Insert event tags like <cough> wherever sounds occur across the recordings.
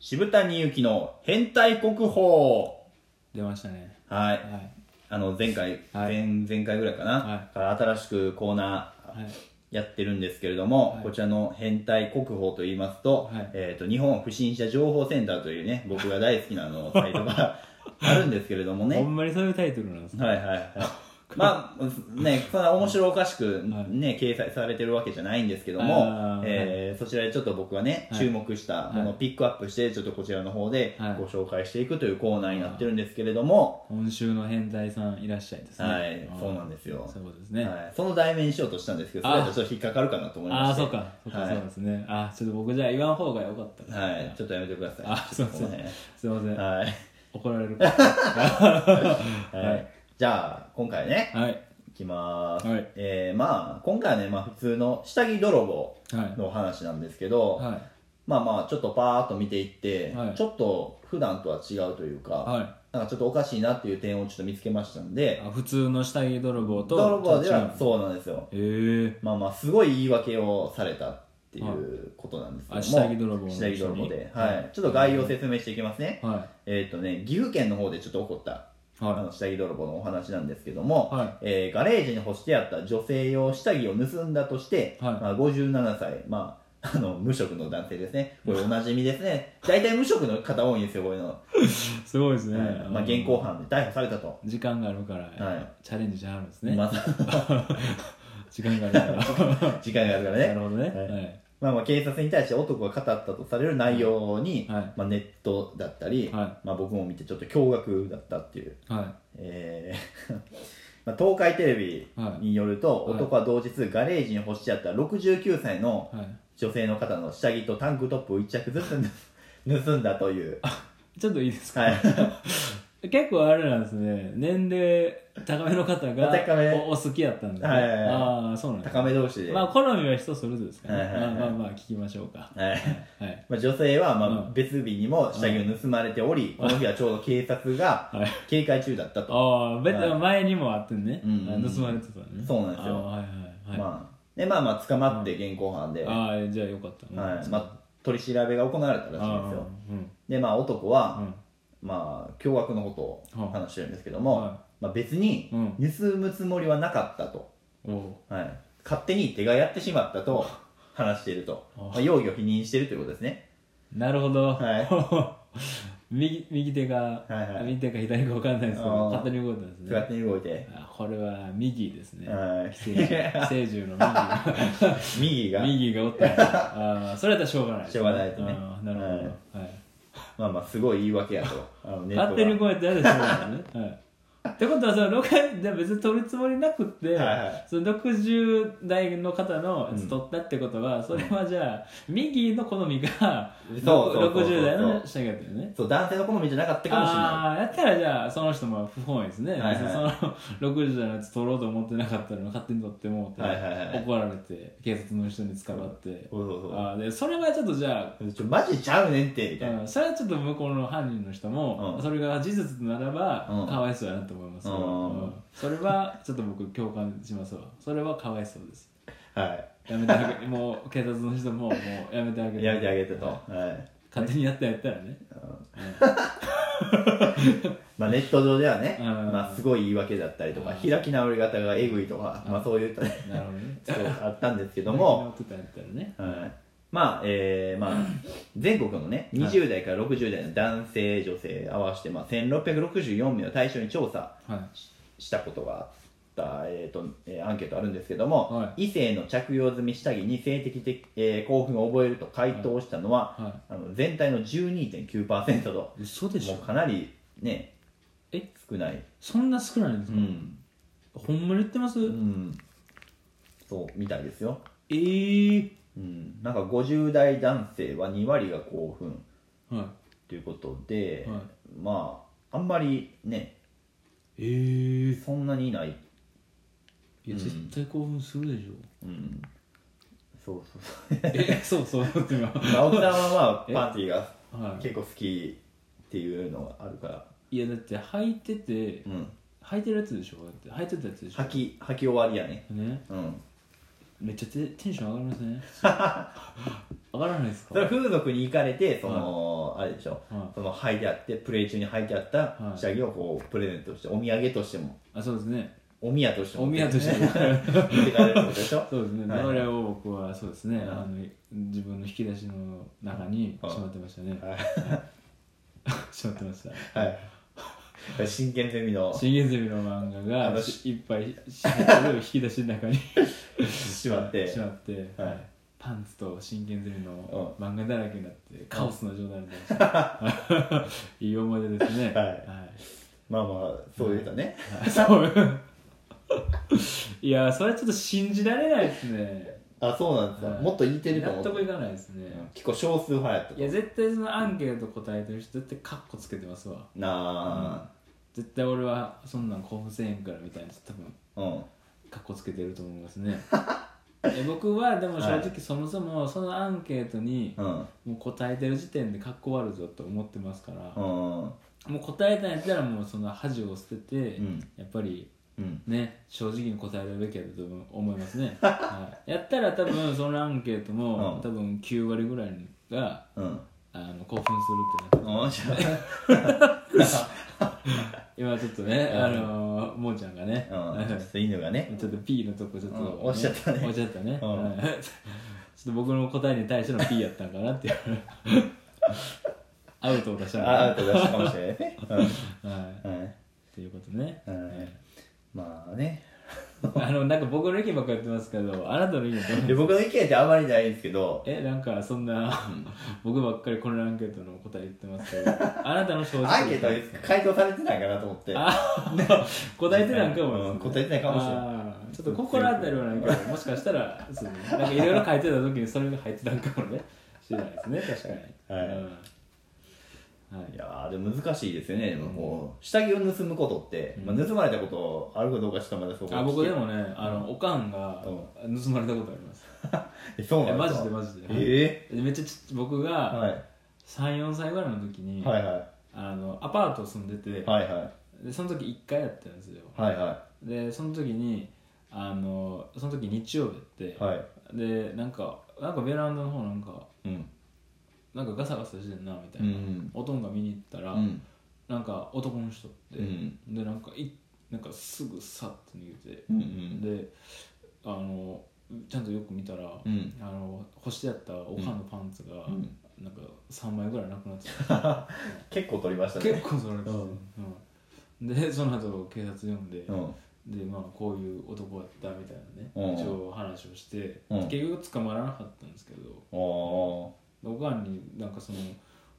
渋谷由紀の変態国宝。出ましたねはい。はいあの、前回、は前、い前回ぐらいかな、はから新しくコーナはーいやってるんですけれども、はいこちらの変態国宝と言いますと、はいえっ、と、日本不審者情報センターというね、僕が大好きなあの、サイトが <laughs> あるんですけれどもほね。んまにそういうタイトルなんですねはいはいはい。 <laughs> まあ、ね、そんな面白おかしくはいね、掲載されてるわけじゃないんですけどもあー、えーそちらでちょっと僕がね、はい注目したものをピックアップして、ちょっとこちらの方ではいご紹介していくというコーナーになってるんですけれども、今週の変態さんいらっしゃいですねはいあーそうなんですよそういうことですね、はい、その題名にしようとしたんですけど、そあれだとちょっと引っかかるかなと思いあまあしてそうかそうか、はいそうなんですねあーちょっと僕じゃあ言わん方がよかったですねはい、ちょっとやめてください。あすいませんねすいません、はい、怒られるはいはいじゃあ、今回ね、はいいきまーす。はいえー、まあ、今回はね、まあ、普通の下着泥棒はいのお話なんですけど、はいまあまあ、ちょっとパーっと見ていって、はいちょっと普段とは違うというか、はなんかちょっとおかしいなっていう点をちょっと見つけましたんいで、あ普通の下着泥棒と泥棒ではちょっそうなんですよ。と違うへえまあまあ、すごい言い訳をされたっていうことなんですけども、あ下着泥棒の下着泥棒で、人にはい、ちょっと概要を説明していきますね。はえーっ、とね、岐阜県の方でちょっと起こった、いあはの下着泥棒のお話なんですけども、はえーガレージに干してあった女性用下着を盗んだとして、はいまあ、57歳、まあ、あの無職の男性ですね、これおなじみですね、大体無職の方多いんですよ、こういうの、いすごいですね、はいまあ、現行犯で逮捕されたと、時間があるから、はチャレンジしはるんですね、まあ、 <laughs> 時間があるか時間があるからら <laughs> なねる、ほどねはいはいまあ、まあ警察に対して男が語ったとされる内容に、はいまあ、ネットだったり、はまあ、僕も見て、ちょっと驚愕だったっていう。はえー <laughs> まあ、東海テレビによると、はい男は同日ガレージに干してあった69歳のいはい女性の方の下着とタンクトップを1着ずつ <laughs> 盗んだという、ちょっといいですか、はい、結構あれなんですね年齢高めの方が高めおお好きやったんで、ねはいはいはいああそうなんです高め同士で、まあ好みは人それぞれですからね、はいはいはいまあまあまあ聞きましょうかはいはいまあ、女性はまうあん別日にも下着を盗まれており、この日はちょうど警察がはい警戒中だったと、ああ別はに前にもあってね、うんうんうん盗まれてたねそうなんですよああはいはいはい、まあでまあまあ捕まって現行犯で、はああじゃあよかったいねまあ、取り調べが行われたらしいんですよでまあ男ああは、まあ驚愕のことを話してるんですけども、まあ、別にうん盗むつもりはなかったと、うんうんおはい、勝手に手がやってしまった <laughs> と話していると、あまあ、容疑を否認しているということですね、うなるほど、は <laughs> 右右手が、はいはい右手か左か分かんないですけああど勝手に動いたんですね勝手に動いて、あこれは右ですね。はい寄生獣寄生獣の右が右。右がおったんやあーそれやったらしょうがない。しょうがないとねあーなるほど。はい、まあまあすごい言い訳やとあのネットが勝手にこうやってやるしょうがないね。はい、ってことはその6じゃあ別に取るつもりなくって、はいはいその60代の方のやつ取ったってことは、それはじゃあ右の好みがそうそうそうそう60代の下着だったよね。そう男性の好みじゃなかったかもしれないああーやったらじゃあその人も不本意ですね、はいはい別にその60代のやつ取ろうと思ってなかったの勝手に取ってもうて、はいはいはい怒られて警察の人に捕まって、そうそうそうあーでそれはちょっとじゃあ、ちょマジちゃうねんってみたいな、うんそれはちょっと向こうの犯人の人も、うんそれが事実ならば、うんかわいそうやなと思いますよ、うんうんそれはちょっと僕共感しますわそれはかわいそうですはやめてあ <laughs> げもう警察の人ももうやめてあげいてやめてあげてと、はい勝手にやったやったらねまあ、ネット上ではね、うんまあ、すごい言い訳だったりとかうん開き直り方がえぐいとか、まあ、そういうなるほどねそうあった <laughs> んですけどもやってたやったらねはいまあえーまあ、全国のね20代から60代の男性、女性合わせて、まあ、1664名を対象に調査はいしたことがあった、えーとえーアンケートあるんですけども、は異性の着用済み下着に性的的、えー興奮を覚えると回答したのは、はあの全体の12.9%ともい。嘘でしょうかなりねえ少ない、そんな少ないんですうか、んほんまに言ってます、うん、そうみたいですよ、えー、うん、なんか50代男性は2割が興奮はい。ということで、はいまああんまりねえー、そんなにいない、いや、絶対興奮するでしょ。うん、そうそうそう <laughs> え、そうそう、だって今。青木さんはまあパンティーがは結構好きっていうのがあるから、い。いや、だって履いててう、ん、履いてるやつでしょだって、履いてたやつでしょ吐き吐き終わりやねね。うん <laughs> めっちゃテテンション上がりますね。わからないですそかれは風俗に行かれてその、あれでしょはいその履いてあってプレイ中に履いてあった下着をこうプレゼントしてお土産としてもあそうですねお宮としてもお宮とし <laughs> て持って帰れるってことでしょ <laughs> そうですね、はいそれを僕はそうですね、うんあの自分の引き出しの中にうんしまってましたね、は <laughs> しまってましたい <laughs> はい真剣ゼミのシンゲンゼミの漫あ画のがしいっぱい入ってる引き出しの中にしまってしまって、はいパンツと真剣ゼミの漫画だらけになって、カオスな状態になりました <laughs> いい思い出ですねはいまあまあそういうたね、はいそういやそれはちょっと信じられないですねあそうなんですか、はいもっと言ってると思納って得いかないですね、結構少数派やったといや絶対そのアンケート答えてる人絶対カッコつけてますわな絶対俺はそんなん興奮せえへんからみたいな多分あうんカッコつけてると思いますね <laughs> え僕はでも正は直そもそもそのアンケートにうんもう答えてる時点でカッコ悪いぞと思ってますから、うんもう答えたんやったらもうその恥を捨てて、うんやっぱりうんね正直に答えるべきやと思います <laughs> ね、はい、やったら多分そのアンケートも、うん多分9割ぐらいがうんあの興奮するってなって面白い今ちょっとね、うんあのー、もーちゃんがね、うんちょっと犬がねちょっと P のとこちょっと、うん押しちゃったね押しちゃったね、うんはい <laughs> ちょっと僕の答えに対しての P やったんかなっていう <laughs> アウトを出したのかあアウト出したかもしれない <laughs> ねな、はい、うんはいっていうことね、うんまあねあのなんか僕の意見ばっかり言ってますけどあなたの意見どうで <laughs> 僕の意見ってあまりないんですけどえなんかそんな僕ばっかりこのアンケートの答え言ってますけどあなたの正直アンケート回答されてないかなと思ってあ答えてないんかもですね、うん答えてないかもしれないあーちょっと心当たりはないけどもしかしたらそうねなんかいろいろ書いてた時にそれが入ってたんかもね知らないですね確かにはいうんはいいやーでも難しいですよね、でもこう下着を盗むことって、まあ、盗まれたことあるかどうかちょっとまだそこあ僕でもねあのおかんがう盗まれたことありますえそうなんえマジでマジでえでめっちゃちっ僕えがはい34歳ぐらいの時に、はいはいあのアパート住んでて、はいはいでその時1階やったんですよはいはでその時にあのその時日曜日やって、いはいでなんかなんかベランダの方なんかうんなんかガサガサしてんなみたいうな、んおとんが見に行ったら、うんなんか男の人って、うんでなんかいなんかすぐさっと逃げて、うんであのちゃんとよく見たら、うんあの干してあったおかんのパンツが、んなんか3枚ぐらいなくなって結構取りましたた、ね結構それです、うんうんでその後警察呼んで、うんでまあこういう男やったみたいなね、うん一応話をして、うん結局捕まらなかったんですけどおーでおかんになんかその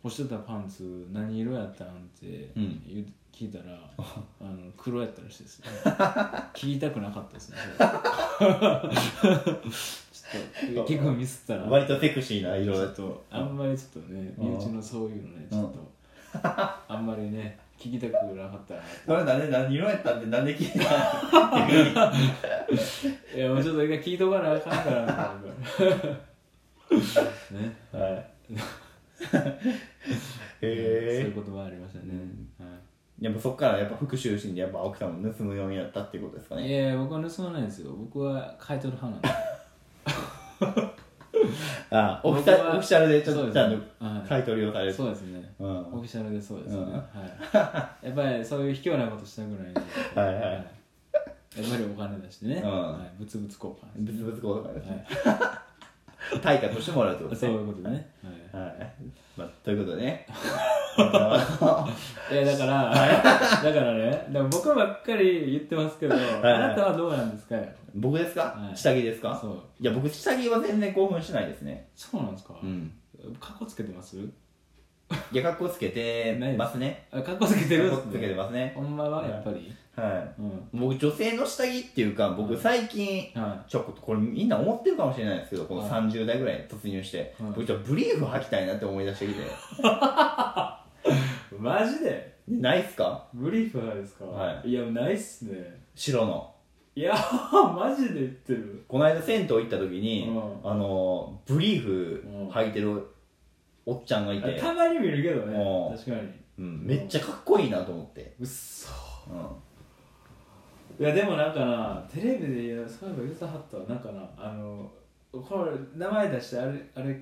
干してたパンツ何色やったんってうん言う聞いたら、あの黒やったらしいですね <laughs> 聞きたくなかったです <laughs> ねそれちょっと結構ミスったら割とセクシーなち色だょっったとあんまりちょっとね身内のそういうのねちょっと、あんまりね聞きたくなかったなそれなんで何色やったんでなんで聞いたいやもうちょっと一回聞いとかなあかんからな <laughs> ねのはいへそういえうこともありましたね、はいやっぱそっからやっぱ復讐心でやっぱ青木さんも盗むようになったっていうことですかいねやいや僕は盗まないですよ僕は買い取る派なんであオフィシャ僕ルはオフィシャルでちょっそうとですちゃんはいと買い取りをされるそうですねうんオフィシャルでそうですね、うんはい、やっぱりそういう卑怯なことしたくないんではいはいやっぱりお金出してね、うんはい、物々交換ブツブツ交換は <laughs> 対価としてもらうってことでい、すそうねいうことね、ははい、まあ、ということでねい、いやだからだからねだから僕ばっかり言ってますけど、いあなたはどうなんですかよ僕ですか、はい下着ですかそういや僕下着は全然興奮しないですねそうなんですか、うんかっこつけてますいや格好つけてますねあかっこつけてる格好つけてますねほんまはやっぱり、はうんい僕女性の下着っていうか僕最近はちょっとこれみんな思ってるかもしれないですけどこのはい30代ぐらいに突入して、はい僕ちょっとブリーフ履きたいなって思い出してきてい、マジでないっすかブリーフはですか、、はいやないっすね白のいや <laughs> マジで言ってるこの間銭湯行った時に、うあのブリーフ履いてるおっちゃんがいて、たまに見るけどうねん確かにうん、めっちゃかっこいいなと思って、うっそうん、いやでもなんかなテレビでそういえば言うてはったわなんかなあのこれ名前出してあれあれ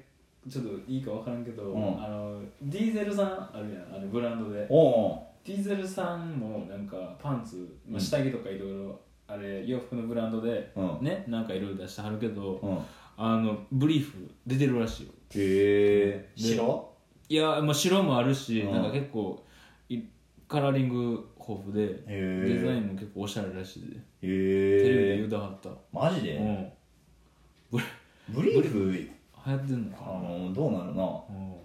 ちょっといいか分からんけど、うんあのディーゼルさんあるやんあのブランドでおうディーゼルさんもなんかパンツ、うまんあ、下着とかいろいろあれ洋服のブランドで、うんねなんかいろいろ出してはるけど、おううんへあのブリーフ出てるらしいよえで白いや、まあ、白もあるし、うんなんか結構いカラーリング豊富でへえデザインも結構おしゃれらしいで、へテレビで言えうたはった、マジうでんブリブリーフ流行ってんのあかのどうなるなな、うん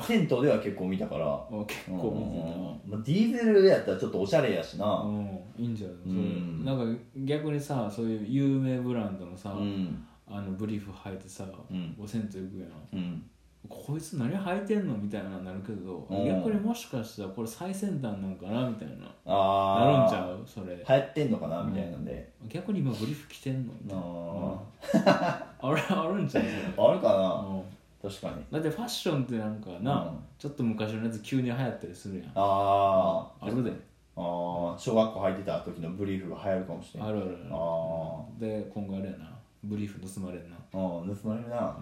銭湯では結構見たからあ結うん構見てたまなあディーゼルやったらちょっとおしゃれやしなうんいいんじゃないそれうんなんか逆にさそういう有名ブランドのさ、うんあのブリーフ履いてさ、うんお銭湯行くやんうんこいつ何履いてんのみたいなのになるけど、うん逆にもしかしたらこれ最先端なんかなみたいなあなるんーちゃうそれ流行ってんのかなみたいなんで、逆に今ブリーフ着てんのみたないなああれあるんちゃうそれあるかな、うん確かにだってファッションってなんかな、うんちょっと昔のやつ急に流行ったりするやんああるでーあー小学校入ってた時のブリーフが流行るかもしれなあいるあるああるで今後あれやなブリーフ盗まれんなーうん盗まれるな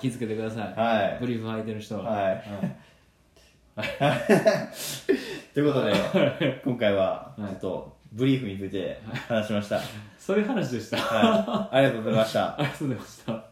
気付けてください、はいブリーフ履いてる人ははいうんということで今回はちょっとブリーフについて話しました、 <laughs> そういう話でした。あ <laughs> はい、ありがとうございましたりがとうございました。